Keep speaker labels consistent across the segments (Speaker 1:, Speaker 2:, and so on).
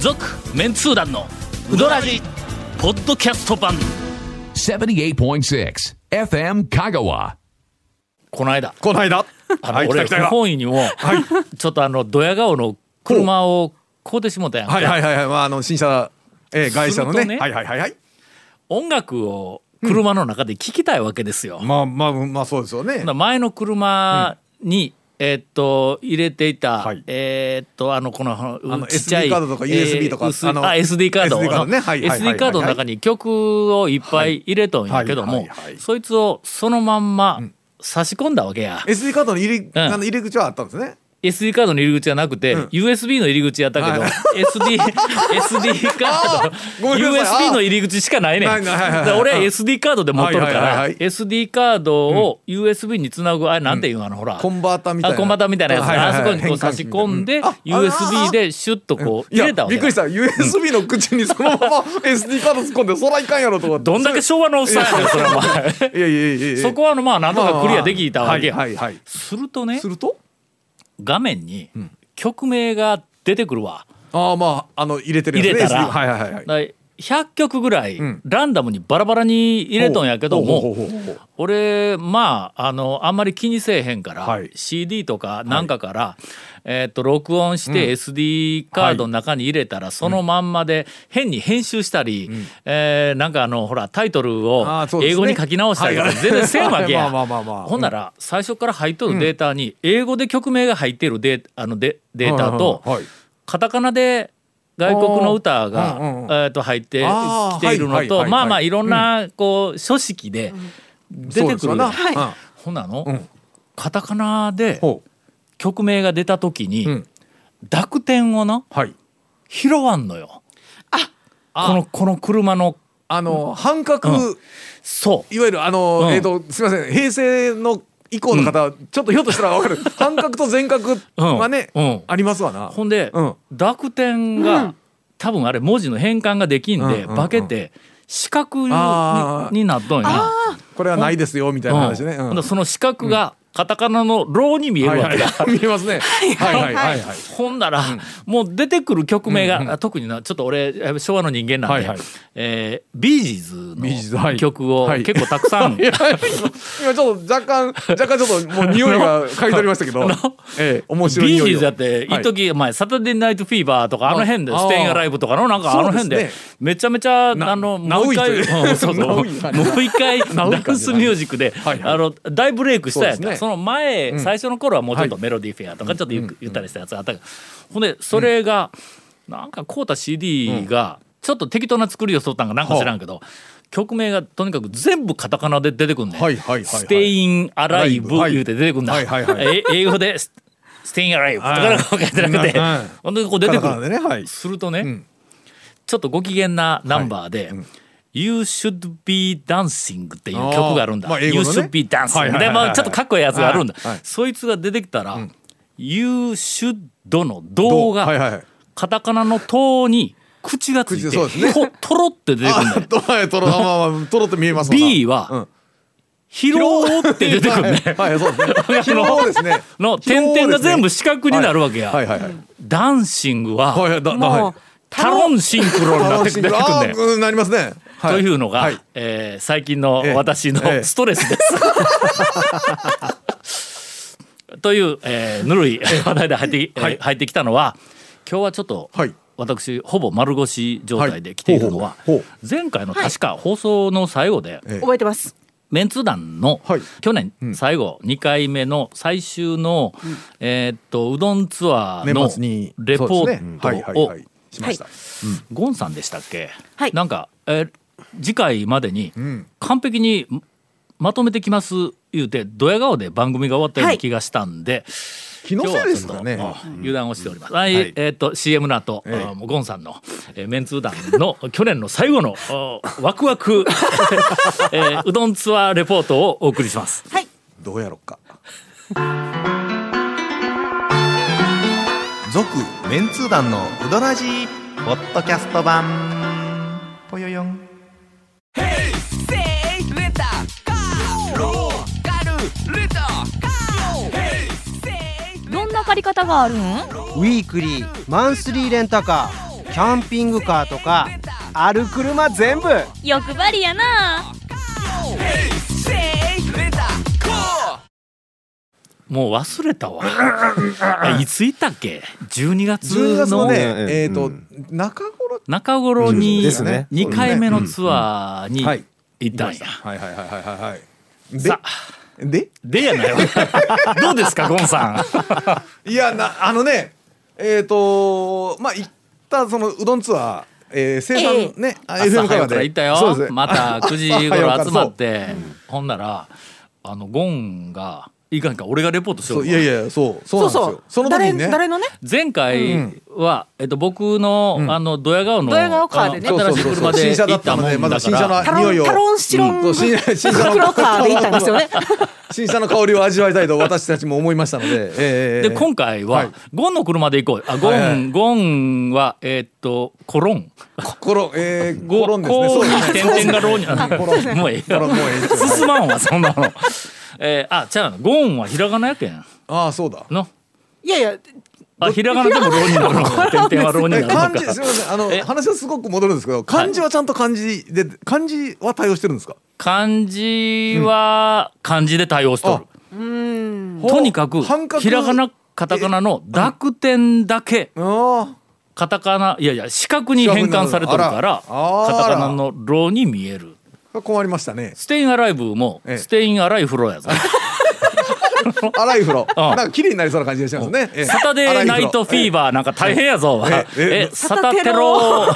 Speaker 1: 続メンツー団のウドラジポッドキャスト版
Speaker 2: 78.6 FM Kagawa.
Speaker 1: この間
Speaker 3: この間
Speaker 1: あの、
Speaker 3: はい、来
Speaker 1: 俺
Speaker 3: た来た来た
Speaker 1: 不本意にも、ちょっとあのドヤ顔の車を買うてしもたやんか、
Speaker 3: はいはいはいはい、まあ、あの新車、えー、外車のね
Speaker 1: するとね
Speaker 3: はいはいはいはい
Speaker 1: 音楽を車の中で聞きたいわけですよ、
Speaker 3: まあまあまあそうですよね
Speaker 1: ほんなら前の車に、えーっと入れていた、
Speaker 3: はい
Speaker 1: えーっとあのこの
Speaker 3: あの
Speaker 1: ちっちゃい
Speaker 3: SD カードとか USB とか
Speaker 1: 薄い
Speaker 3: あの
Speaker 1: あ SD カード
Speaker 3: SD カードねはいはいはいはい
Speaker 1: SD カードの中に曲をいっぱい入れとんやけども、
Speaker 3: はいはいはい
Speaker 1: そいつをそのまんま差し込んだわけや、
Speaker 3: SD カードの入り、
Speaker 1: ん
Speaker 3: あの入り口はあったんですね
Speaker 1: SD カードの入り口じゃなくて、USB の入り口やったけど、
Speaker 3: はい
Speaker 1: SD, SD カード
Speaker 3: ごめんなさい
Speaker 1: USB の入り口しかないねん
Speaker 3: ないないはいはい
Speaker 1: だから俺は SD カードで持っとるから、
Speaker 3: はいはいはいはい
Speaker 1: SD カードを USB につなぐあれなんていうのあのほら、
Speaker 3: コンバータみたいな
Speaker 1: あコンバータみたいなやつ、
Speaker 3: はいはいはい
Speaker 1: あそこにこう差し込んで、
Speaker 3: ああ
Speaker 1: USB でシュッとこう
Speaker 3: い
Speaker 1: 入
Speaker 3: や
Speaker 1: れたわけ
Speaker 3: び
Speaker 1: や
Speaker 3: っくりした USB の口にそのまま SD カード突っ込んでそらいかんやろとか
Speaker 1: どんだけ昭和のおっさんやねんそれはお前
Speaker 3: いやいやいやいや
Speaker 1: そこはあのまあなんとかクリアできたわけや、
Speaker 3: まあまあはいはいはい
Speaker 1: するとね
Speaker 3: すると
Speaker 1: 画面に曲名が出てくるわ、
Speaker 3: ああまああの入れてるやつ、ね、
Speaker 1: 入れたら
Speaker 3: SD はいはいはいは
Speaker 1: だ
Speaker 3: い
Speaker 1: から100曲ぐらい
Speaker 3: ん
Speaker 1: ランダムにバラバラに入れとんやけど
Speaker 3: ほうほう
Speaker 1: も
Speaker 3: ほうほう
Speaker 1: 俺まああのあんまり気にせえへんから、
Speaker 3: はい
Speaker 1: CD とかなんかから、えーっと録音して SD カードの中に入れたら、そのまんまで変に編集したり、えーなんかあのほらタイトルを
Speaker 3: あーそうで
Speaker 1: 英
Speaker 3: すね
Speaker 1: 語に書き直したりとか
Speaker 3: はい
Speaker 1: 全然せんわけや。
Speaker 3: まあまあまあまあ
Speaker 1: ほんなら最初から入っとるデータに英語で曲名が入ってるデータあのデデータと、
Speaker 3: はいはいはいはい
Speaker 1: カタカナで外国の歌が、
Speaker 3: あーうんうんうん
Speaker 1: えー、と入ってきている
Speaker 3: あー
Speaker 1: の
Speaker 3: はいはいはい
Speaker 1: と
Speaker 3: はい
Speaker 1: まあまあいろんなこう書式で出てくる
Speaker 3: そうですよなはい
Speaker 1: ほんなの、
Speaker 3: ん
Speaker 1: カタカナで
Speaker 3: ほう
Speaker 1: 曲名が出た時に、
Speaker 3: うん
Speaker 1: 濁点をな
Speaker 3: はい
Speaker 1: 拾わんのよ。このこの車の
Speaker 3: あの半角、
Speaker 1: うんそう
Speaker 3: いわゆるあの、
Speaker 1: うん
Speaker 3: えっ、とすみません平成の以降の方は、ちょっとひょっとしたら わかる半角と全角はね、
Speaker 1: うんうん
Speaker 3: ありますわな。
Speaker 1: ほんで、
Speaker 3: うん
Speaker 1: 濁点が、多分あれ文字の変換ができんで、
Speaker 3: うんうんうん
Speaker 1: 化けて四角に
Speaker 3: あー
Speaker 1: になっとんやな。
Speaker 3: これはないですよみたいな話ね。
Speaker 1: うん
Speaker 3: う
Speaker 1: ほん
Speaker 3: ん
Speaker 1: でその四角がカタカナの「ロー」に見え
Speaker 3: はい
Speaker 1: るわ
Speaker 3: は
Speaker 1: け
Speaker 3: い
Speaker 1: だ。
Speaker 3: 見えますね。はいはいはいはい。
Speaker 1: ほんだら、もう出てくる曲名が、あ特になちょっと俺昭和の人間なんで、
Speaker 3: はいはい
Speaker 1: えービージ
Speaker 3: ビージ
Speaker 1: ー
Speaker 3: ー
Speaker 1: ズ
Speaker 3: ズはい
Speaker 1: の曲を
Speaker 3: はい
Speaker 1: 結構たくさん、
Speaker 3: いや今ちょっと若干若干ちょっともう匂いが嗅い取りましたけど、ええ、面白い
Speaker 1: ビー
Speaker 3: 匂
Speaker 1: ジ
Speaker 3: い
Speaker 1: ー
Speaker 3: を
Speaker 1: ズだって一
Speaker 3: はい
Speaker 1: 時、前サタデーナイトフィーバーとかあの辺で
Speaker 3: あ
Speaker 1: ステインアライブとかのなんかあの辺
Speaker 3: そう
Speaker 1: で
Speaker 3: です
Speaker 1: めちゃめちゃあ
Speaker 3: な
Speaker 1: のもう一回、
Speaker 3: ナウイという
Speaker 1: うん そうそうも
Speaker 3: ナ
Speaker 1: う
Speaker 3: ウイはい
Speaker 1: 一回
Speaker 3: ナウイ
Speaker 1: ダンスミュージックで、
Speaker 3: はいはい
Speaker 1: あの大ブレイクしたやつ
Speaker 3: そう
Speaker 1: そ,、
Speaker 3: ですね
Speaker 1: の前、最初の頃はもうちょっとメロディーフェアとかちょっとゆ言ったりしたやつがあったけど、ほんでそれが、なんかこうた CD がちょっと適当な作りをしとったんかなんか知らんけど、曲名がとにかく全部カタカナで出てくんねん、
Speaker 3: はいはいはいはい
Speaker 1: ステインアライブ
Speaker 3: はい
Speaker 1: 言うて出てくんだ、
Speaker 3: はいはいはい
Speaker 1: え英語でス「ステインアライブ」と
Speaker 3: はい
Speaker 1: かなんか書いてなくて
Speaker 3: はい
Speaker 1: ほんでこう出てく
Speaker 3: カタカナ
Speaker 1: る、
Speaker 3: でねはい
Speaker 1: するとね、
Speaker 3: ん
Speaker 1: ちょっとご機嫌なナンバーで「You should be dancing」っていう曲があるんだ「
Speaker 3: あーまあ英
Speaker 1: You
Speaker 3: 語のね
Speaker 1: should be dancing」
Speaker 3: はいはいはい
Speaker 1: で、
Speaker 3: はい
Speaker 1: まあ、ちょっとかっこいいやつがあるんだ、
Speaker 3: はいはい
Speaker 1: そいつが出てきたら「You should」の「動画、
Speaker 3: はいはいはい
Speaker 1: カタカナの「と」に口がつい
Speaker 3: 口そうですね
Speaker 1: てととろって出てくるんだよ
Speaker 3: あとはいとろまあまあとろって見えますわな
Speaker 1: B は
Speaker 3: うん
Speaker 1: 「拾おう」って出てくるね。
Speaker 3: はいはいそうですね。
Speaker 1: あの
Speaker 3: そうですね。
Speaker 1: の点々が全部四角になるわけや。
Speaker 3: はいはいはい。
Speaker 1: ダンシングは、
Speaker 3: はいはいだだはい
Speaker 4: もう
Speaker 1: タロンシンクロになってくる
Speaker 3: あ
Speaker 1: ね。
Speaker 3: ーうんなりますね。は
Speaker 1: というのが、
Speaker 3: はい
Speaker 1: えー最近の
Speaker 3: ええ
Speaker 1: 私の
Speaker 3: ええ
Speaker 1: ストレスです。 という、えーぬるい話題で入って,、えー入ってきたのは今日はちょっと、
Speaker 3: はい
Speaker 1: 私ほぼ丸腰状態で来ているのは、
Speaker 3: はいほうほうほ
Speaker 1: 前回の確か放送の最後で、
Speaker 3: ええ
Speaker 4: 覚えてます。
Speaker 1: メンツー団の、
Speaker 3: はい
Speaker 1: 去年最後2回目の最終の、えーっとうどんツアー
Speaker 3: 年末に
Speaker 1: のレポ
Speaker 3: そうですねはい
Speaker 1: ー
Speaker 3: はい
Speaker 1: トを
Speaker 3: はいしました。
Speaker 1: ゴンさんでしたっけ、
Speaker 4: はい
Speaker 1: なんか、えー次回までに
Speaker 3: ん
Speaker 1: 完璧にまとめてきます言うてドヤ顔で番組が終わったような気がしたんで、
Speaker 3: 気の
Speaker 1: 今日
Speaker 3: せ
Speaker 1: はい
Speaker 3: で
Speaker 1: ち
Speaker 3: す
Speaker 1: ょっ
Speaker 3: か
Speaker 1: と、
Speaker 3: ね。
Speaker 1: うん油断をしております。はい、
Speaker 3: はい
Speaker 1: えーっ、と CM の後、
Speaker 3: ええ
Speaker 1: あーもうゴンさんの、えーメンツー団の 去年の最後のあーワクワク、 えーうどんツアーレポートをお送りします。
Speaker 4: はい。
Speaker 3: どうやろっか。続
Speaker 5: メンツー団のウドラジーポッドキャスト版ぽよよん
Speaker 6: どんな借り方があるん
Speaker 7: ウィークリーマンスリーレンタカー
Speaker 4: キャンピングカーとかある車全部
Speaker 6: 欲張りやな
Speaker 1: もう忘れ たわあいついたっけ12月
Speaker 3: 10月の
Speaker 1: の
Speaker 3: ね、
Speaker 5: うん
Speaker 3: えっ、と、
Speaker 5: うん
Speaker 3: 中頃
Speaker 1: 中頃に
Speaker 3: ですね
Speaker 1: 2回目のツアーに
Speaker 3: はい
Speaker 1: 行ったんや、
Speaker 3: はいはいはいはいはいはい。
Speaker 1: さ
Speaker 3: で
Speaker 1: でやなよ どうですかゴンさ
Speaker 3: でいやなあのねえっ、とまあ行ったそのうどんツアー、えー、生
Speaker 6: え
Speaker 3: 産ね、
Speaker 1: ん
Speaker 3: あ FM
Speaker 1: 朝
Speaker 3: 香
Speaker 1: 早
Speaker 3: 川
Speaker 1: くから
Speaker 3: で
Speaker 1: 行ったよ、
Speaker 3: そうですね
Speaker 1: また9時
Speaker 3: 朝
Speaker 1: 頃
Speaker 3: 早
Speaker 1: 集
Speaker 3: くか
Speaker 1: ま
Speaker 3: ら
Speaker 1: ってほんならあのゴンがいかんか俺がレポートしよ
Speaker 3: そうういやいやそうそうなんですよその時
Speaker 4: 誰
Speaker 3: にね
Speaker 4: 誰のね
Speaker 1: 前回は、えっと、僕の,、あのドヤ顔の
Speaker 4: ドヤ顔カーでね
Speaker 1: あの新しい車で
Speaker 3: 新車
Speaker 1: 行
Speaker 3: だっ
Speaker 1: った
Speaker 3: た
Speaker 1: も
Speaker 3: の
Speaker 1: んだから
Speaker 3: でまだ新車
Speaker 4: タ
Speaker 3: の匂
Speaker 4: ロ
Speaker 3: い
Speaker 4: ン
Speaker 3: を
Speaker 4: タロンシロ
Speaker 3: そう
Speaker 4: ン
Speaker 3: 新車新車
Speaker 4: 黒
Speaker 3: の
Speaker 4: カーで行ったんですよね
Speaker 3: 新車の香りを味わいたいと私たちも思いましたので、えー
Speaker 1: で今回は、
Speaker 3: はい
Speaker 1: ゴンの車で行こうあゴン、
Speaker 3: はいはい
Speaker 1: ゴンはえっとコロン
Speaker 3: 心えー
Speaker 1: ゴ
Speaker 3: 心
Speaker 1: ン
Speaker 3: ですね
Speaker 1: コ
Speaker 3: そ
Speaker 1: ー
Speaker 3: う
Speaker 1: ン
Speaker 3: です
Speaker 1: に
Speaker 3: ね
Speaker 1: 点々がロー にもうええ
Speaker 3: コロン
Speaker 1: よ
Speaker 3: もうええですよ
Speaker 1: 進まんわそんなのえー、あちゃうのゴンはひらがなやけん
Speaker 3: ああそうだ
Speaker 1: の
Speaker 4: いやいや
Speaker 1: あひらがなでもローになるのか点々はローにな
Speaker 3: え
Speaker 1: るのか
Speaker 3: 漢字すみませんあの
Speaker 1: え
Speaker 3: 話はすごく戻るんですけど漢字はちゃんと漢字で漢字は対応してるんですか
Speaker 1: 漢字は漢字で対応しとる、とにかく
Speaker 3: 半角
Speaker 1: ひらがなカタカナの濁点だけ
Speaker 3: あ
Speaker 1: カタカナいやいや四角に変換されてる
Speaker 3: あ
Speaker 1: からら
Speaker 3: あ
Speaker 1: カ
Speaker 3: ら
Speaker 1: タカナの「ロ」に見える
Speaker 3: あ困りましたね
Speaker 1: ステインアライブも
Speaker 3: ええ
Speaker 1: ステインアライフローやぞ
Speaker 3: 荒い風呂
Speaker 1: あ
Speaker 3: なんか綺麗になりそうな感じがしますねええ
Speaker 1: サタデーナイトフィーバーなんか大変やぞ
Speaker 3: えええ
Speaker 1: えサタテロ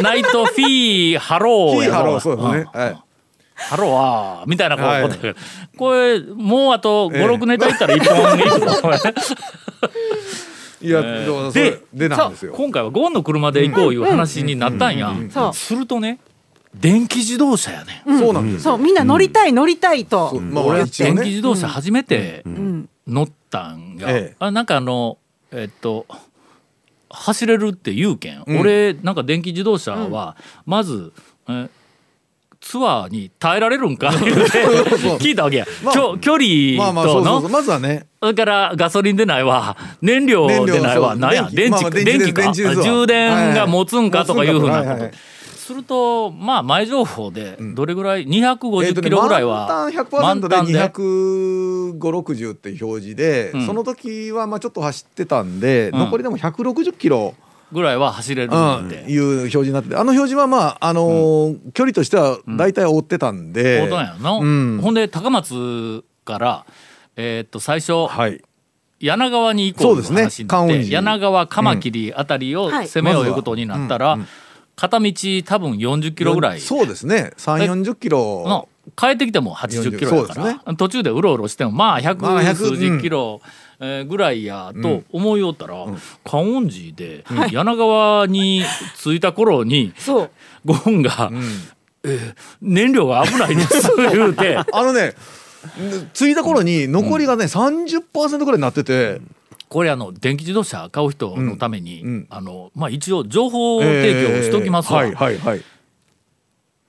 Speaker 1: ナイトフィーハロー
Speaker 3: 荒い風呂キー
Speaker 1: や
Speaker 3: ハロ
Speaker 1: ぞ
Speaker 3: ーそうですねはい
Speaker 1: ハローはみたいなこ
Speaker 3: はいう
Speaker 1: ことやこれもうあと
Speaker 3: ええ
Speaker 1: 56ネタいったら一本いくぞ
Speaker 3: いやそうそ
Speaker 1: で
Speaker 3: うでなんです
Speaker 1: さ
Speaker 3: よ
Speaker 1: 今回はゴンの車で行こういう話になったんや
Speaker 4: そう
Speaker 1: するとね電気自動車やねん
Speaker 3: そうなんです
Speaker 4: そうみんな乗りたい乗りたい
Speaker 3: そう
Speaker 4: と
Speaker 3: まあ
Speaker 1: 俺は
Speaker 3: 一応
Speaker 1: 電気自
Speaker 3: ね
Speaker 1: 動車初めて
Speaker 4: ん
Speaker 1: 乗ったんが、
Speaker 3: ええ
Speaker 1: あなんかあのえっと走れるって言うけん、
Speaker 3: うん
Speaker 1: 俺なんか電気自動車はまず、えツアーに耐えられるんかって言うて
Speaker 3: そうそう
Speaker 1: 聞いたわけや、
Speaker 3: まあ
Speaker 1: きょ距
Speaker 3: まあま
Speaker 1: 離
Speaker 3: あ
Speaker 1: と
Speaker 3: そうそうそ
Speaker 1: の
Speaker 3: うまずはね
Speaker 1: それからガソリンでないわ燃料
Speaker 3: 燃料
Speaker 1: でない
Speaker 3: そ
Speaker 1: わ
Speaker 3: う
Speaker 1: なんや
Speaker 3: 電
Speaker 1: 電池
Speaker 3: 気まあまあ電
Speaker 1: 電
Speaker 3: 池
Speaker 1: 気か
Speaker 3: 電池ですわ
Speaker 1: 充電が持つんかとかいうふうなこと、
Speaker 3: はいはい
Speaker 1: するとまあ前情報でどれぐらい250キロぐらいは
Speaker 3: えーとね満タン100%で
Speaker 1: 満
Speaker 3: 25060っていう表示で、
Speaker 1: うん
Speaker 3: その時はまあちょっと走ってたんで、
Speaker 1: うん
Speaker 3: 残りでも160キロ、
Speaker 1: ぐらいは走れるん
Speaker 3: う
Speaker 1: だ
Speaker 3: ん
Speaker 1: って、
Speaker 3: いう表示になっててあの表示はまあ、あのー距離としては大体追ってたんで、
Speaker 1: 大人やな、
Speaker 3: うん
Speaker 1: ほんで高松からえーっと最初、
Speaker 3: はい
Speaker 1: 柳川に行こうという
Speaker 3: そうで
Speaker 1: 話
Speaker 3: すね
Speaker 1: になっ
Speaker 3: 関
Speaker 1: て、
Speaker 3: 雲寺
Speaker 1: 柳川カマキリあたりを
Speaker 4: はい
Speaker 1: 攻めよういうことになったら、片道多分40キロぐらい
Speaker 3: そうですね3 4 0キロ
Speaker 1: の帰ってきても80キロやか
Speaker 3: そうで
Speaker 1: ら、途中でうろうろしてもまあ
Speaker 3: ま
Speaker 1: 100
Speaker 3: あ100
Speaker 1: 数十キロ、えーぐらいやと思いよったら観音寺で柳川に着いた頃に
Speaker 4: そう
Speaker 1: ゴンが、えー燃料が危ない です」言うて。
Speaker 3: あのね着いた頃に残りがね、30%ぐらいになってて、
Speaker 1: これあの電気自動車買う人のために、
Speaker 3: うんうん
Speaker 1: あのまあ、一応情報提供をしときますわ、
Speaker 3: えーはいはいはい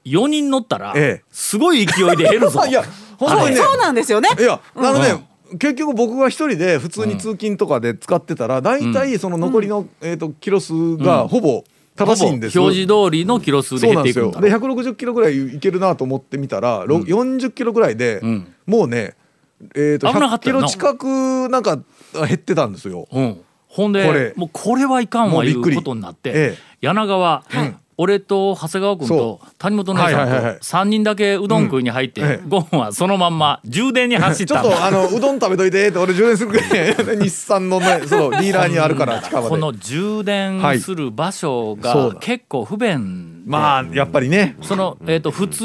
Speaker 1: 4人乗ったら
Speaker 3: ええ
Speaker 1: すごい勢いで減るぞ
Speaker 3: いや本当
Speaker 1: あれ
Speaker 3: にね
Speaker 4: そうなんですよね
Speaker 3: いやあのね、結局僕が一人で普通に通勤とかで使ってたら大体その残りの、えー、とキロ数がほぼ正しいんです、
Speaker 1: ほぼ表示通りのキロ数で
Speaker 3: そう
Speaker 1: 減
Speaker 3: な
Speaker 1: っ
Speaker 3: ん
Speaker 1: て
Speaker 3: で
Speaker 1: い
Speaker 3: す
Speaker 1: くん
Speaker 3: よ
Speaker 1: だ
Speaker 3: で160キロぐらいいけるなと思ってみたら、ろ40キロぐらいで、
Speaker 1: ん
Speaker 3: もうね、えー、と
Speaker 1: 危なか
Speaker 3: 100
Speaker 1: っ
Speaker 3: キ
Speaker 1: たよ
Speaker 3: ロ
Speaker 1: な
Speaker 3: 近くなんか減ってたんですよ。
Speaker 1: うん、ほんで
Speaker 3: これ
Speaker 1: もうこれはいかん
Speaker 3: も
Speaker 1: わ
Speaker 3: う
Speaker 1: い
Speaker 3: びっ
Speaker 1: う
Speaker 3: くり
Speaker 1: ことになって、
Speaker 3: ええ
Speaker 1: 柳川、俺と長谷川君と
Speaker 3: そ
Speaker 1: 谷本姉
Speaker 3: はいはいはい
Speaker 1: さ
Speaker 3: は
Speaker 1: ん
Speaker 3: い
Speaker 1: と3人だけうどん食いに入って、
Speaker 3: うんええ
Speaker 1: ゴンはそのまんま充電に走っ
Speaker 3: ちょ
Speaker 1: た
Speaker 3: っ
Speaker 1: んだ
Speaker 3: とあのうどん食べといてって俺充電するぐらい 日産のねそのディーラーにあるから近場
Speaker 1: こ
Speaker 3: で
Speaker 1: の充電する場所
Speaker 3: はいそう
Speaker 1: が
Speaker 3: だ
Speaker 1: 結構不便で、
Speaker 3: まあやっぱりね
Speaker 1: その、えー、と普通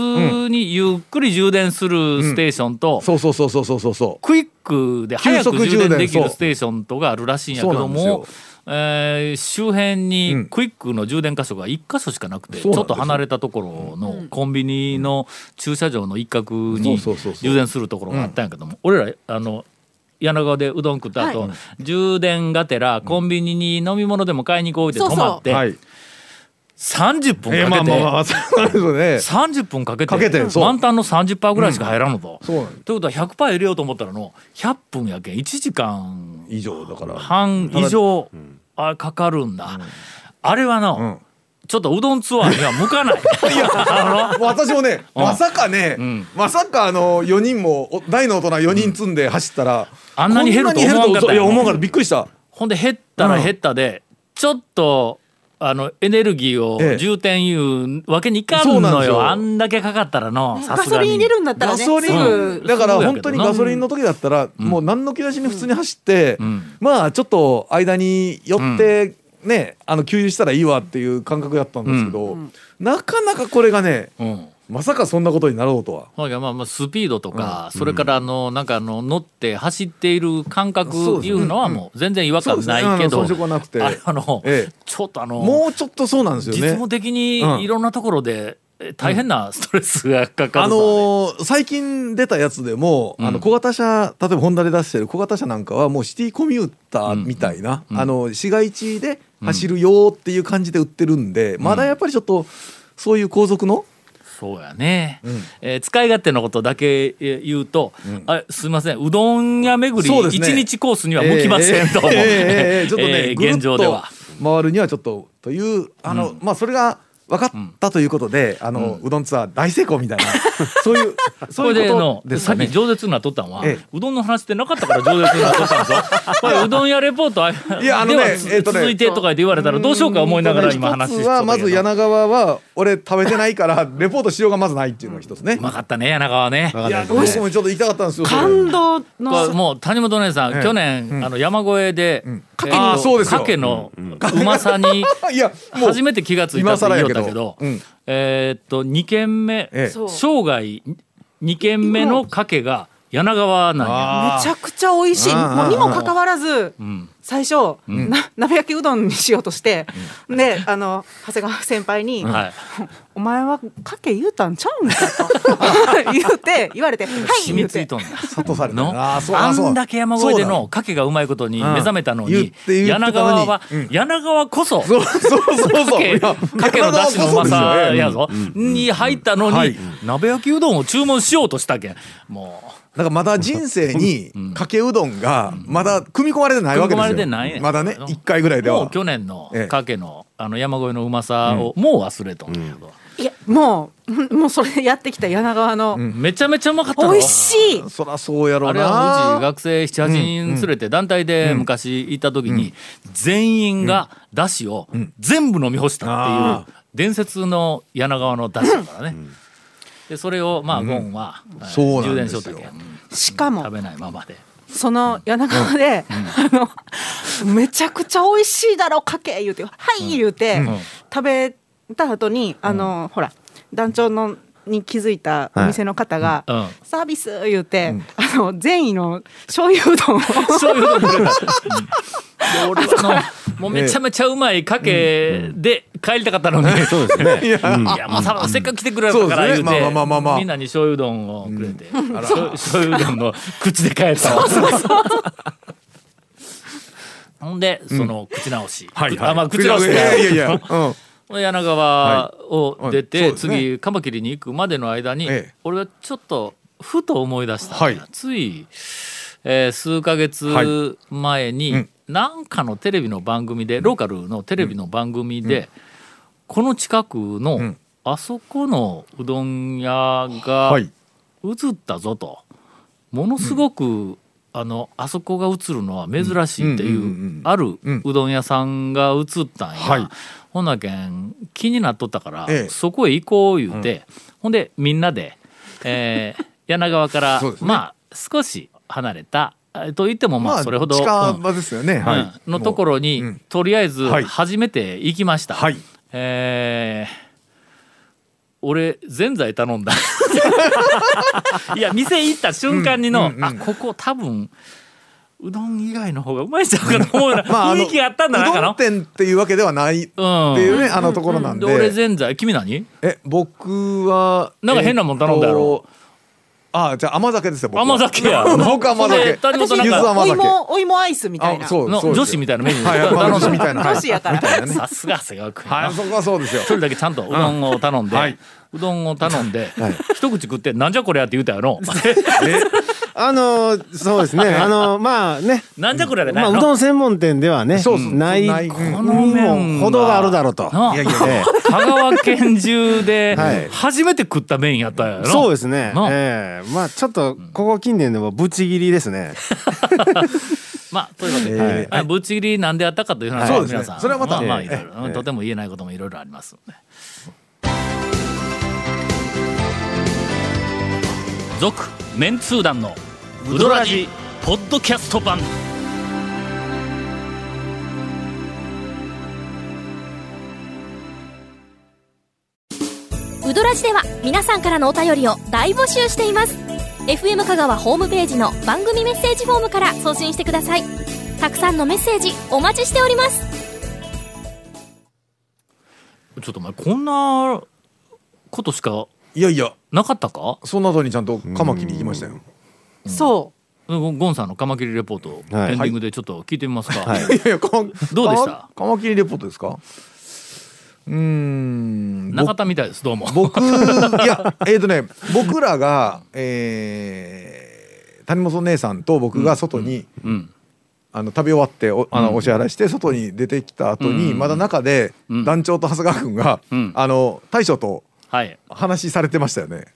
Speaker 1: にゆっくり充電するステーションと、
Speaker 3: そうそうそうそうそうそうそう
Speaker 1: クイックで早
Speaker 3: 急
Speaker 1: く
Speaker 3: 速充
Speaker 1: 充
Speaker 3: 電
Speaker 1: 電でき
Speaker 3: そう
Speaker 1: るステーションとかあるらしいんやけど
Speaker 3: そうなん
Speaker 1: も
Speaker 3: で、
Speaker 1: えー周辺
Speaker 3: う
Speaker 1: に
Speaker 3: ん
Speaker 1: クイックの充電箇所が1箇所しかなくて、
Speaker 3: そうなんです
Speaker 1: ち
Speaker 3: よ
Speaker 1: ょっと離れたところのコンビニの駐車場の一角に
Speaker 3: そうそうそうそう
Speaker 1: 充電するところがあったんやけども、俺らあの柳川でうどん食った後、充電がてらコンビニに飲み物でも買いに行こうって
Speaker 4: そうそ
Speaker 1: 泊
Speaker 4: う
Speaker 1: まって
Speaker 3: はい
Speaker 1: 30
Speaker 3: えー
Speaker 1: 分
Speaker 3: ま
Speaker 1: か
Speaker 3: あ
Speaker 1: け
Speaker 3: まあ
Speaker 1: て
Speaker 3: まあそうなんです よね
Speaker 1: 30分かけて
Speaker 3: かけてそう
Speaker 1: 満タンの30%ぐらいしか入らんのと。
Speaker 3: そうなんです
Speaker 1: ということは100%入れようと思ったらの100分やけん1時間
Speaker 3: 以上だから
Speaker 1: 半以上あかかるんだ、あれはの、ちょっとうどんツアーには向かない。
Speaker 3: いや、私もね、まさかね、
Speaker 1: ん
Speaker 3: まさかあの4人もお大の大人4人積んで走ったら、
Speaker 1: あんなに減ると思わんかった
Speaker 3: こんなに減るとい
Speaker 1: よ
Speaker 3: や思わんかったびっくりした。
Speaker 1: ほんで減ったら減ったで、ちょっとあのエネルギー
Speaker 3: ええ
Speaker 1: を充填いうわけにいかん
Speaker 3: そうなん
Speaker 1: の
Speaker 3: です
Speaker 1: よ、
Speaker 3: よ
Speaker 1: あんだけかかったらのさ
Speaker 6: ガ
Speaker 1: す
Speaker 6: ソ
Speaker 1: が
Speaker 6: リ
Speaker 1: に
Speaker 6: ン入れるんだったら
Speaker 3: ガ
Speaker 6: ね
Speaker 3: ソリ
Speaker 6: すぐ
Speaker 3: ンだから
Speaker 1: そうや
Speaker 3: 本
Speaker 1: けど
Speaker 3: 当にガソリンの時だったらもう何の気なしに普通に走って、
Speaker 1: ん
Speaker 3: まあちょっと間に寄ってね、あの給油したらいいわっていう感覚だったんですけど、なかなかこれがね
Speaker 1: うん
Speaker 3: まさかそんなことになろうとは。
Speaker 1: ほいがまあまあスピードとか、それからあのなんかあの乗って走っている感覚
Speaker 3: そうですね
Speaker 1: いうのはもう全然違和感ないけ
Speaker 3: そう
Speaker 1: ど、
Speaker 3: ですねあの遜色はなくて
Speaker 1: あれあの、
Speaker 3: ええ
Speaker 1: ちょっとあの
Speaker 3: もうちょっとそうなんですよね。
Speaker 1: 実務的に
Speaker 3: うん
Speaker 1: いろんなところでえ大変なストレスがかかる
Speaker 3: あ
Speaker 1: ぞ、
Speaker 3: のー最近出たやつでも、あの小型車例えばホンダで出してる小型車なんかはもうシティコミューターみたいな、あの市街地で走るよっていう感じで売ってるんで、まだやっぱりちょっとそういう後続の、
Speaker 1: そうやね、えー使い勝手のことだけえー言うと、あれすいませんうどん屋巡
Speaker 3: そう
Speaker 1: り
Speaker 3: です
Speaker 1: 一、
Speaker 3: ね
Speaker 1: 日コースには向きませんと、
Speaker 3: ええええええちょっとね、
Speaker 1: えー
Speaker 3: ぐるっ
Speaker 1: 現状では。
Speaker 3: と回るにはちょっとというあの、まあそれが分かったということで、あのうどんツアー大成功みたいな、そういう
Speaker 1: そ
Speaker 3: そう
Speaker 1: れ
Speaker 3: い
Speaker 1: で
Speaker 3: う
Speaker 1: の
Speaker 3: ことです
Speaker 1: さ
Speaker 3: か
Speaker 1: っき
Speaker 3: ね。
Speaker 1: 饒舌になっとったんは、
Speaker 3: ええ
Speaker 1: うどんの話ってなかったから饒舌になっとったんぞ これうどん屋レポートあ
Speaker 3: いやあのね
Speaker 1: ではつ、
Speaker 3: えっとね
Speaker 1: 続いてとか言って言われたらどうしようか思いながら今話し
Speaker 3: 一
Speaker 1: て
Speaker 3: つはまず柳川は俺食べてないから レポートしようがまずないっていうのが一つね
Speaker 1: う。まかったね柳川ね
Speaker 3: いやどうしてもちょっと行きたかったんですよ。それ
Speaker 6: 感動の
Speaker 1: もう谷本姉さん、
Speaker 3: ええ
Speaker 1: 去年、あの山越えで、えっと
Speaker 3: あーそうですよ
Speaker 1: 鮭のうまさに
Speaker 3: いや もう
Speaker 1: 初めて気がついたって言いよったけど、
Speaker 3: 今更やけどうん
Speaker 1: えーっと2軒目、
Speaker 3: ええ
Speaker 6: そう
Speaker 1: 生涯2軒目のかけが柳川なんや。
Speaker 3: あ
Speaker 6: めちゃくちゃ美味しい
Speaker 3: あー
Speaker 6: もうにもかかわらず、最初、な鍋焼きうどんにしようとして、であの長谷川先輩に「
Speaker 1: はい、
Speaker 6: お前はかけ言うたんちゃうんか」 と言うて言われて「はい」
Speaker 1: 染
Speaker 6: 言
Speaker 1: み
Speaker 6: う
Speaker 1: つい
Speaker 6: て
Speaker 1: とんだ。
Speaker 3: 諭された
Speaker 1: の
Speaker 3: な
Speaker 1: あ
Speaker 3: あそうあそうん
Speaker 1: だけ山越えでのかけがうまいことに目覚めたの
Speaker 3: うん言
Speaker 1: に
Speaker 3: って言ってたの
Speaker 1: 柳川
Speaker 3: に
Speaker 1: は
Speaker 3: うん
Speaker 1: 柳川こそ
Speaker 3: そうそうそうそう
Speaker 1: かけ
Speaker 3: いや
Speaker 1: かけのだしのうまさやぞに入ったの
Speaker 3: は
Speaker 1: に
Speaker 3: い
Speaker 1: 鍋焼きうどんを注文しようとしたけんもう
Speaker 3: だからまだ人生にかけうどんがまだ組み込まれてないわ
Speaker 1: 組み込
Speaker 3: けですよ。
Speaker 1: まれてないね
Speaker 3: まだね一回ぐらいで
Speaker 1: もう
Speaker 3: は。
Speaker 1: 去年の
Speaker 3: ええ
Speaker 1: かけのあの山越えのうまさをもう忘れとんだけど
Speaker 6: いやもうもうそれやってきた柳川の、
Speaker 1: めちゃめちゃうまかった
Speaker 6: 美
Speaker 1: の
Speaker 6: 味しい
Speaker 3: そらそうやろ
Speaker 1: あ
Speaker 3: う
Speaker 1: れはうち
Speaker 3: な。
Speaker 1: 学生78人連れて団体で昔行った時に全員がだしを全部飲み干したっていう伝説の柳川のだしだからね。でそれをまあゴンはえ
Speaker 3: そう
Speaker 1: ー
Speaker 3: な
Speaker 1: 充
Speaker 3: んで
Speaker 1: 電
Speaker 3: す
Speaker 1: し
Speaker 3: よ
Speaker 1: よったけんうん
Speaker 6: しかも
Speaker 1: 食べないままで。
Speaker 6: その柳川で、あのめちゃくちゃ美味しいだろかけ言うて「はい」言うて、
Speaker 1: ん
Speaker 6: 食べた後にあの、ほら団長のに気づいたお店の方が「
Speaker 1: うんうん
Speaker 6: サービス」言うて、あの善意の醤油うどんを
Speaker 1: そういうのもくれた。うんで俺はあのもうめちゃめちゃうまいかけで帰りたかったのに。そうですね。
Speaker 3: いや
Speaker 1: いやまあさせっかく来てくれるから言う
Speaker 3: そうですねまあまあまあまあ
Speaker 1: てみんなに醤油丼をくれて醤醤油丼の口で帰ったわ ほんでその口直し
Speaker 3: はいはい
Speaker 1: あまあ口直し
Speaker 3: いやいやいや。
Speaker 1: で
Speaker 3: うん
Speaker 1: 柳川を出
Speaker 3: はい
Speaker 1: て
Speaker 3: はいそうですね
Speaker 1: 次カマキリに行くまでの間に
Speaker 3: ええ
Speaker 1: 俺はちょっとふと思い出したんだ
Speaker 3: はい
Speaker 1: ついえー数ヶ
Speaker 3: はい
Speaker 1: 月前
Speaker 3: う
Speaker 1: に
Speaker 3: ん
Speaker 1: 何かのテレビの番組でローカルのテレビの番組でこの近く
Speaker 3: う
Speaker 1: の
Speaker 3: ん
Speaker 1: あそこのうどん屋が
Speaker 3: はい。
Speaker 1: 映ったぞとものすごく、あのあそこが映るのは珍しいっていう,、
Speaker 3: うんうんうんうん
Speaker 1: ある
Speaker 3: うん
Speaker 1: うどん屋さんが映ったんや、
Speaker 3: はい
Speaker 1: ほなけん気になっとったから、
Speaker 3: ええ
Speaker 1: そこへ行こう言うて、ほんでみんなで、え ー柳川から、
Speaker 3: そうですね
Speaker 1: まあ少し離れたえと言ってもまあそれほど、
Speaker 3: 近
Speaker 1: うん
Speaker 3: 場ですよね。は
Speaker 1: う
Speaker 3: い。
Speaker 1: んのところに、
Speaker 3: うん
Speaker 1: とりあえず
Speaker 3: はい
Speaker 1: 初めて行きました、
Speaker 3: はい
Speaker 1: えー俺ぜんざい頼ん だいや店行った瞬間にの、
Speaker 3: うんうんうん
Speaker 1: あここ多分うどん以外の方がうまいんちゃうかと思うような
Speaker 3: まああ
Speaker 1: 雰
Speaker 3: の
Speaker 1: 囲気があったんだな
Speaker 3: うど
Speaker 1: なん
Speaker 3: 店っていうわけではないって
Speaker 1: か
Speaker 3: い
Speaker 1: の
Speaker 3: うねあのところなん
Speaker 1: で俺
Speaker 3: で。
Speaker 1: ぜんざい君何
Speaker 3: え僕は
Speaker 1: なんか変なもん頼んだやろ。
Speaker 3: えっとあじゃあ甘酒ですよ。僕は
Speaker 1: 甘酒や
Speaker 3: 僕甘酒
Speaker 1: で。谷本なん
Speaker 3: ゆず
Speaker 1: か
Speaker 3: 甘
Speaker 6: お
Speaker 3: 酒。
Speaker 6: 芋お芋アイスみたいな
Speaker 3: あそう
Speaker 1: の
Speaker 3: そうですよ
Speaker 1: 女子みたいなメニュー
Speaker 3: はい、
Speaker 1: 頼
Speaker 3: 頼
Speaker 1: んだ
Speaker 3: みたいな。はい
Speaker 6: 女子やから
Speaker 3: みたいなね。
Speaker 1: さすが長谷川君やな
Speaker 3: はい、そこはそうですよ
Speaker 1: 一。人だけちゃんとうどんを頼んで、
Speaker 3: うんはいう
Speaker 1: どんを頼んで、一口食って「なんじゃこりゃ」って言うたやろ
Speaker 3: え
Speaker 7: あのーそうですね。 あのーまあね。
Speaker 1: なんじゃこりゃでな
Speaker 7: まあ
Speaker 1: いうの
Speaker 7: どん専門店ではね、ない
Speaker 3: ない
Speaker 7: このほどがあるだろうと。
Speaker 1: なあ
Speaker 7: ええ
Speaker 1: 香川県中で
Speaker 7: はい
Speaker 1: 初めて食った麺やったやろ
Speaker 7: そうですね。
Speaker 1: な
Speaker 7: ええまあちょっとここ近年でもブチ切りですね。
Speaker 1: まあということで、
Speaker 7: はい
Speaker 1: まあぶっちぎりなんでやったかという話
Speaker 3: そ
Speaker 1: は
Speaker 3: うですね
Speaker 1: 皆さん
Speaker 3: それはまた
Speaker 1: あまあ
Speaker 7: え
Speaker 1: いろ
Speaker 7: え
Speaker 1: いろ
Speaker 7: ええ
Speaker 1: とても言えないこともいろいろありますので続メンツー団のウドラジポッドキャスト版
Speaker 8: ウドラジでは皆さんからのお便りを大募集しています FM 香川ホームページの番組メッセージフォームから送信してくださいたくさんのメッセージお待ちしております
Speaker 1: ちょっとお前こんなことしか
Speaker 3: いやいや
Speaker 1: なかったか
Speaker 3: その後にちゃんとカマキリ行きましたよ
Speaker 6: そ
Speaker 1: ゴンさんのカマキリレポート、
Speaker 7: はい
Speaker 1: エンディングでちょっと聞いてみますか、
Speaker 7: はい
Speaker 3: いやいやかどうで
Speaker 1: どうでした
Speaker 3: カマキリレポートですかうーん
Speaker 1: 中田みたいですどうも
Speaker 3: 僕いやえっ、とね僕らが、えー、谷本姉さんと僕が外に、
Speaker 1: うん
Speaker 3: あの食べ終わっておあのお支払いして外に出てきた後に、
Speaker 1: うん
Speaker 3: まだ中で、
Speaker 1: ん
Speaker 3: 団長と長谷川君が、
Speaker 1: うん
Speaker 3: あの大将と
Speaker 1: はい
Speaker 3: 話しされてましたよね。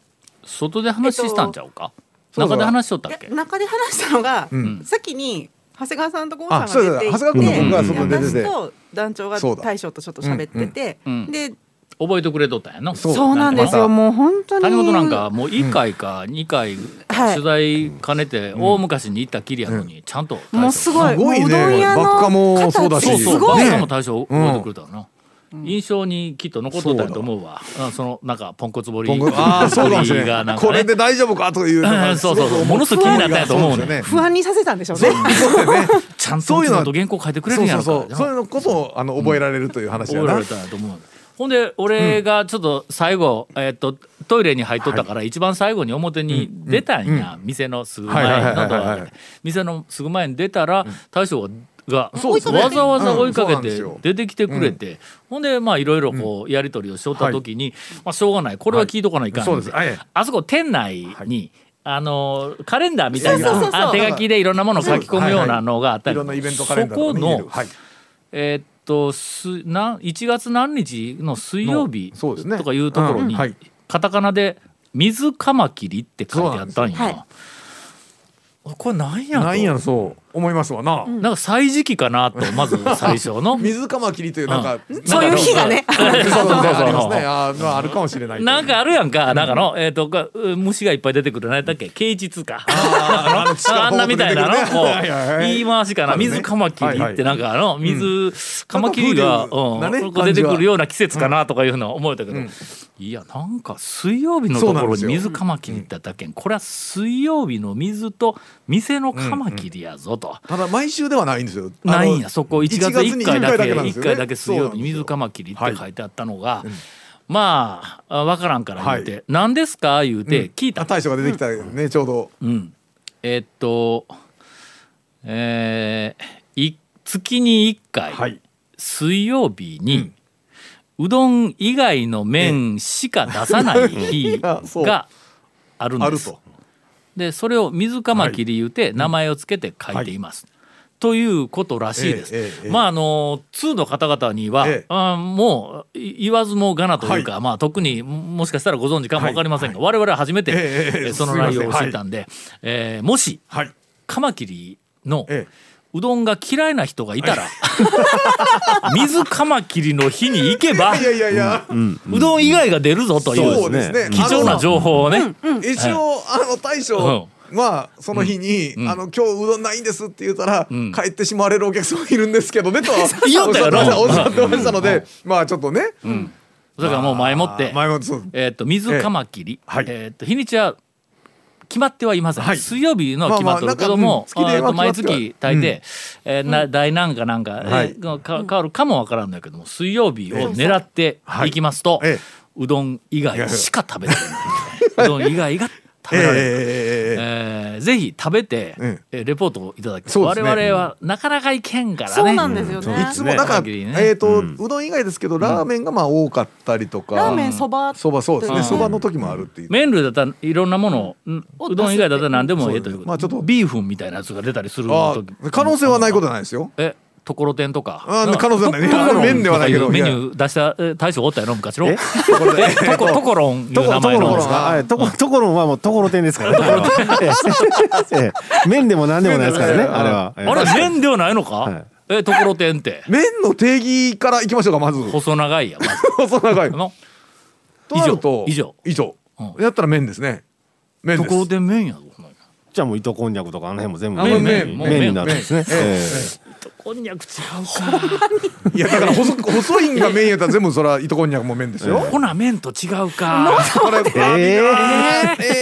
Speaker 1: 外で話したんちゃうか、
Speaker 3: そうそ
Speaker 1: 中
Speaker 3: う
Speaker 1: で話しとっ
Speaker 6: う
Speaker 1: たっけ
Speaker 6: いや中で話したのが、
Speaker 3: うん
Speaker 6: 先に長谷川さんとゴンさん
Speaker 3: あ、そうだ
Speaker 6: が
Speaker 3: 長谷
Speaker 6: 出
Speaker 3: 川
Speaker 6: てい
Speaker 3: 君と
Speaker 6: て
Speaker 3: 僕が
Speaker 7: ん
Speaker 3: 外に出て
Speaker 6: 私
Speaker 3: て、
Speaker 6: と団長が
Speaker 3: そうだ
Speaker 6: 大将とちょっと喋ってて、
Speaker 1: うんうんうん
Speaker 6: で
Speaker 1: 覚えてくれとったんやな
Speaker 3: そう
Speaker 6: そうなんです
Speaker 3: また
Speaker 6: よもう本当に
Speaker 1: 谷本なんかもう1回か2回
Speaker 6: はい
Speaker 1: 取材兼ねて大昔に行ったきりやのにちゃんと
Speaker 6: もう
Speaker 1: 大
Speaker 6: す
Speaker 1: 将
Speaker 6: ごい
Speaker 3: すごいね
Speaker 6: もううどん屋の
Speaker 3: バッカもそうだし
Speaker 1: そう
Speaker 6: 形
Speaker 1: そ
Speaker 6: す
Speaker 1: う
Speaker 6: ごい、
Speaker 1: バカ
Speaker 3: ね
Speaker 1: も大将覚えてくれたよな、印象にきっと残っとったんやと思うわうんそのなんかポンコツボリ
Speaker 3: 今後
Speaker 1: あ
Speaker 3: あーそうかもしれ
Speaker 1: が
Speaker 3: な。
Speaker 1: ないんか、ね、
Speaker 3: これで大丈夫かというのが
Speaker 1: うんそうそうそう
Speaker 3: すごく
Speaker 1: ものすごい気になったんやと思うね
Speaker 3: そうですよ
Speaker 6: 不安にさせたんでしょうね
Speaker 3: そうだよね。
Speaker 1: ちゃんと
Speaker 3: そういうのは
Speaker 1: ちゃんと原稿書いてくれる
Speaker 3: そ
Speaker 1: ん
Speaker 3: う
Speaker 1: や
Speaker 3: そう
Speaker 1: ろ
Speaker 3: そう
Speaker 1: から
Speaker 3: そういうのこそあの覚えられるという話や
Speaker 1: 覚えら
Speaker 3: な
Speaker 1: れ。たんやと思うほんで俺がちょっと最後、えっとトイレに入っとったから、一番最後に表に出たんや、店のすぐ前に、
Speaker 3: はいはいはいはい
Speaker 1: なんとかね店のすぐ前に出たら、大将が
Speaker 3: そうそう
Speaker 1: わざわざ追いか
Speaker 3: うんそうな
Speaker 1: け
Speaker 3: んです
Speaker 1: て
Speaker 3: よ
Speaker 1: 出てきてくれて、ほんでまあいろいろこうやり取りをしとった時に、まあ、しょうがないこれは聞いとかないかん、
Speaker 3: そうです。あえ
Speaker 1: あそこ店内に、あのカレンダーみたい
Speaker 6: そうそうそうそう
Speaker 1: なあ手書きでいろんなものを書き込むようなのがあっ
Speaker 3: え
Speaker 1: た
Speaker 3: い
Speaker 1: り、
Speaker 3: ろんなイベントカレンダーと
Speaker 1: そ
Speaker 3: か
Speaker 1: こ
Speaker 3: ね見
Speaker 1: の
Speaker 3: える。はい。
Speaker 1: えーっとすなん1月何日の水曜日
Speaker 3: のそうですね
Speaker 1: とかいうところに、
Speaker 3: うんはい
Speaker 1: カタカナで「水カマキリ」って書いてあったんや
Speaker 6: そうなんですよ
Speaker 1: これなんやと
Speaker 3: なんやそう思いますわな。
Speaker 1: なんか歳時期かなとまず最初 の
Speaker 3: 水カマキリというなんか
Speaker 6: そういう日がね
Speaker 1: そうそう
Speaker 3: そうそうそう
Speaker 1: そう
Speaker 3: ありますね。あーまああるかもしれない。
Speaker 1: なんかあるやんか、なんかの、えっ、とか、う虫がいっぱい出てくる、何だっけ、啓実か。あのあんなみたいなの、こ
Speaker 3: はいはいは
Speaker 1: う、
Speaker 3: い
Speaker 1: 言い回しかな、水カマキリ
Speaker 3: は
Speaker 1: っ
Speaker 3: い
Speaker 1: て、
Speaker 3: は
Speaker 1: な
Speaker 3: い
Speaker 1: んか、あの、水カマキリが、
Speaker 3: なんか風流
Speaker 1: うん
Speaker 3: なね
Speaker 1: こう出てくるような季節かなとかいうのは思えたけど。いや、なんか、水曜日のとこ
Speaker 3: そうなん
Speaker 1: ろ
Speaker 3: で
Speaker 1: に
Speaker 3: すよ
Speaker 1: 水カマキリってあったけん、これは水曜日の水と、店のカマキリやぞと。
Speaker 3: ただ毎週ではないんですよ。あの
Speaker 1: ないんやそこ1月1回だけ
Speaker 3: なんです
Speaker 1: 1
Speaker 3: よね
Speaker 1: 回だけ水曜
Speaker 3: そう
Speaker 1: 日
Speaker 3: な
Speaker 1: に
Speaker 3: んですよ
Speaker 1: 水カマキリって書いてあったのがまああ分からんから言う
Speaker 3: は
Speaker 1: て「何ですか?」言うて聞いた
Speaker 3: あ大将が出てきたよねちょうど。
Speaker 1: うんえっとえーい月に1回水曜日にうどん以外の麺しか出さない 日
Speaker 3: やそう
Speaker 1: があるん
Speaker 3: あ
Speaker 1: で
Speaker 3: る
Speaker 1: す
Speaker 3: と。。
Speaker 1: でそれを水カマキリ言うて名前をつけて書いています。ということらしいです。
Speaker 3: ええええ
Speaker 1: まああの通の方々には、
Speaker 3: ええ
Speaker 1: あもうい言わずもがなというか、まあ特にももしかしたらご存知かもわかりませんが、我々は初めて、
Speaker 3: ええええ
Speaker 1: えその内容を
Speaker 3: すいま
Speaker 1: 知
Speaker 3: せん
Speaker 1: ったんで、えーもし
Speaker 3: はい。
Speaker 1: カマキリの、
Speaker 3: え
Speaker 1: うどんが嫌いな人がいたら 水カマキリの日に行けば
Speaker 3: え。いやいやいや。
Speaker 1: うどん以外が出るぞという
Speaker 3: そうですね
Speaker 1: 貴重な情報をね、
Speaker 3: 一応あの大将はその日に「あの今日うどんないんです」って言ったら
Speaker 1: ん
Speaker 3: 帰ってしまわれるお客様いるんですけどねとは
Speaker 1: 言お
Speaker 3: お
Speaker 1: う
Speaker 3: ったし
Speaker 1: や
Speaker 3: ゃって
Speaker 1: ろ
Speaker 3: ましたおっしゃってましたのでまあちょっとね
Speaker 1: だからもう前もって
Speaker 3: 前もそう
Speaker 1: えっと水カマキリ、え
Speaker 3: えはい
Speaker 1: っと日にちは決まってはいません、
Speaker 3: はい
Speaker 1: 水曜日のは決まってるけども、
Speaker 3: まあまあ
Speaker 1: えっと
Speaker 3: なんかうん
Speaker 1: 毎
Speaker 3: 月では
Speaker 1: 月大抵、えーな大なんかなんか、
Speaker 3: は
Speaker 1: え
Speaker 3: い
Speaker 1: ーか変わるかもわからんだけども水曜日を狙っていきますと、
Speaker 3: えええ
Speaker 1: うどん以外しか食べられない、うどん以外が食べられない、
Speaker 3: ええええええええ
Speaker 1: えーぜひ食べて、
Speaker 3: え
Speaker 1: えレポートをいただき、
Speaker 3: そうで
Speaker 1: 我
Speaker 3: すね
Speaker 1: 々はなかなかいけんからね。
Speaker 6: そうなんですよね。
Speaker 3: いつもなんか、
Speaker 1: ね
Speaker 3: えっ、と、うどん以外ですけどラーメンがまあ多かったりとか、
Speaker 6: ラーメンそば
Speaker 3: そばそうです
Speaker 6: う
Speaker 3: ね
Speaker 6: ん
Speaker 3: そばの時もあるっていう、
Speaker 1: 麺類だったらいろんなものを、ん
Speaker 6: を
Speaker 1: うどん以外だったら何でもええという
Speaker 3: そうですまあちょっと
Speaker 1: ビーフンみたいなやつが出たりする
Speaker 3: あ
Speaker 1: 時
Speaker 3: あ可能性はないことはないですよ、
Speaker 1: えところてんとか
Speaker 3: あ可能性はない
Speaker 1: とところん
Speaker 3: 麺ではないけ
Speaker 1: と
Speaker 3: ど
Speaker 1: かうメ
Speaker 3: いや
Speaker 1: ニュー出したえ大将おったやろ昔の
Speaker 7: え
Speaker 1: ところえと こところんいう
Speaker 7: とこ
Speaker 1: 名
Speaker 7: とこ
Speaker 1: 前
Speaker 7: ろ
Speaker 1: の
Speaker 7: ん
Speaker 1: ですか
Speaker 7: はいとこところんはもうところてんですから。ええええ麺でも何でもないですからね。あれは。
Speaker 1: あ
Speaker 7: ええ
Speaker 1: れ麺ではないの
Speaker 7: はい
Speaker 1: かえところてんって
Speaker 3: 麺の定義からいきましょうかまず
Speaker 1: 細長いやまず
Speaker 3: 細長い
Speaker 1: の
Speaker 3: となると
Speaker 1: 以上
Speaker 3: 以上、
Speaker 1: うん
Speaker 3: やったら麺ですね麺
Speaker 1: と
Speaker 3: です
Speaker 1: ころてん麺やぞほんまに
Speaker 7: じゃあもう糸こんにゃくとかあの辺も全部
Speaker 1: あもう麺
Speaker 7: 麺
Speaker 1: もう
Speaker 7: 麺になるんですね。え
Speaker 1: こんにゃくちゃうか
Speaker 3: いやだから細く細いんが麺やったら全部それは糸こんにゃくも麺 ですよ、
Speaker 1: ほな麺と違うか
Speaker 3: これ
Speaker 7: え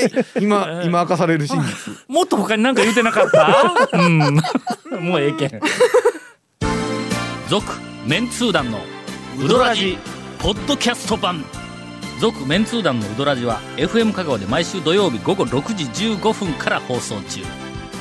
Speaker 3: えー今今明かされる真実
Speaker 1: もっと他に何か言うてなかったうんもうええけん続メンツー団のウドラジポッドキャスト版続メンツー団のウドラジは FM 香川で毎週土曜日午後6時15分から放送中